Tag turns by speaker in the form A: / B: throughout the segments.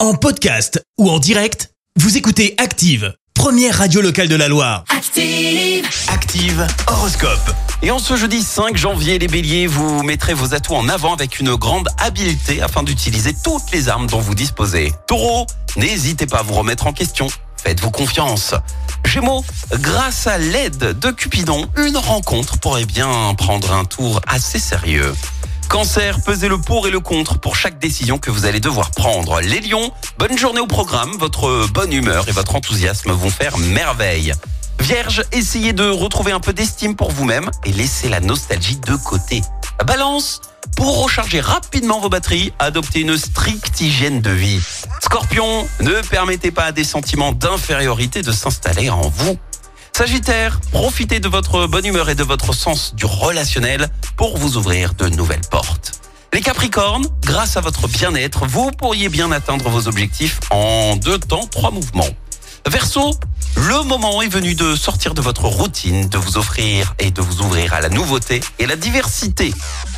A: En podcast ou en direct, vous écoutez Active, première radio locale de la Loire.
B: Active.
C: Active Horoscope. Et en ce jeudi 5 janvier, les béliers, vous mettrez vos atouts en avant avec une grande habileté afin d'utiliser toutes les armes dont vous disposez. Taureau, n'hésitez pas à vous remettre en question. Faites-vous confiance. Gémeaux, grâce à l'aide de Cupidon, une rencontre pourrait bien prendre un tour assez sérieux. Cancer, pesez le pour et le contre pour chaque décision que vous allez devoir prendre. Les lions, bonne journée au programme, votre bonne humeur et votre enthousiasme vont faire merveille. Vierge, essayez de retrouver un peu d'estime pour vous-même et laissez la nostalgie de côté. Balance, pour recharger rapidement vos batteries, adoptez une stricte hygiène de vie. Scorpion, ne permettez pas à des sentiments d'infériorité de s'installer en vous. Sagittaire, profitez de votre bonne humeur et de votre sens du relationnel pour vous ouvrir de nouvelles portes. Les Capricornes, grâce à votre bien-être, vous pourriez bien atteindre vos objectifs en deux temps, trois mouvements. Verseau, le moment est venu de sortir de votre routine, de vous offrir et de vous ouvrir à la nouveauté et la diversité.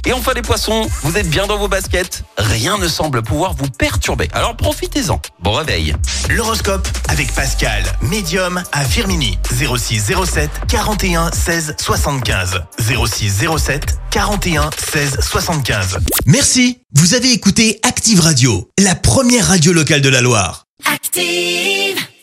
C: Et enfin les poissons, vous êtes bien dans vos baskets, rien ne semble pouvoir vous perturber, alors profitez-en. Bon réveil.
A: L'horoscope avec Pascal, médium à Firmini, 06 07 41 16 75. 06 07 41 16 75. Merci, vous avez écouté Active Radio, la première radio locale de la Loire.
B: Active.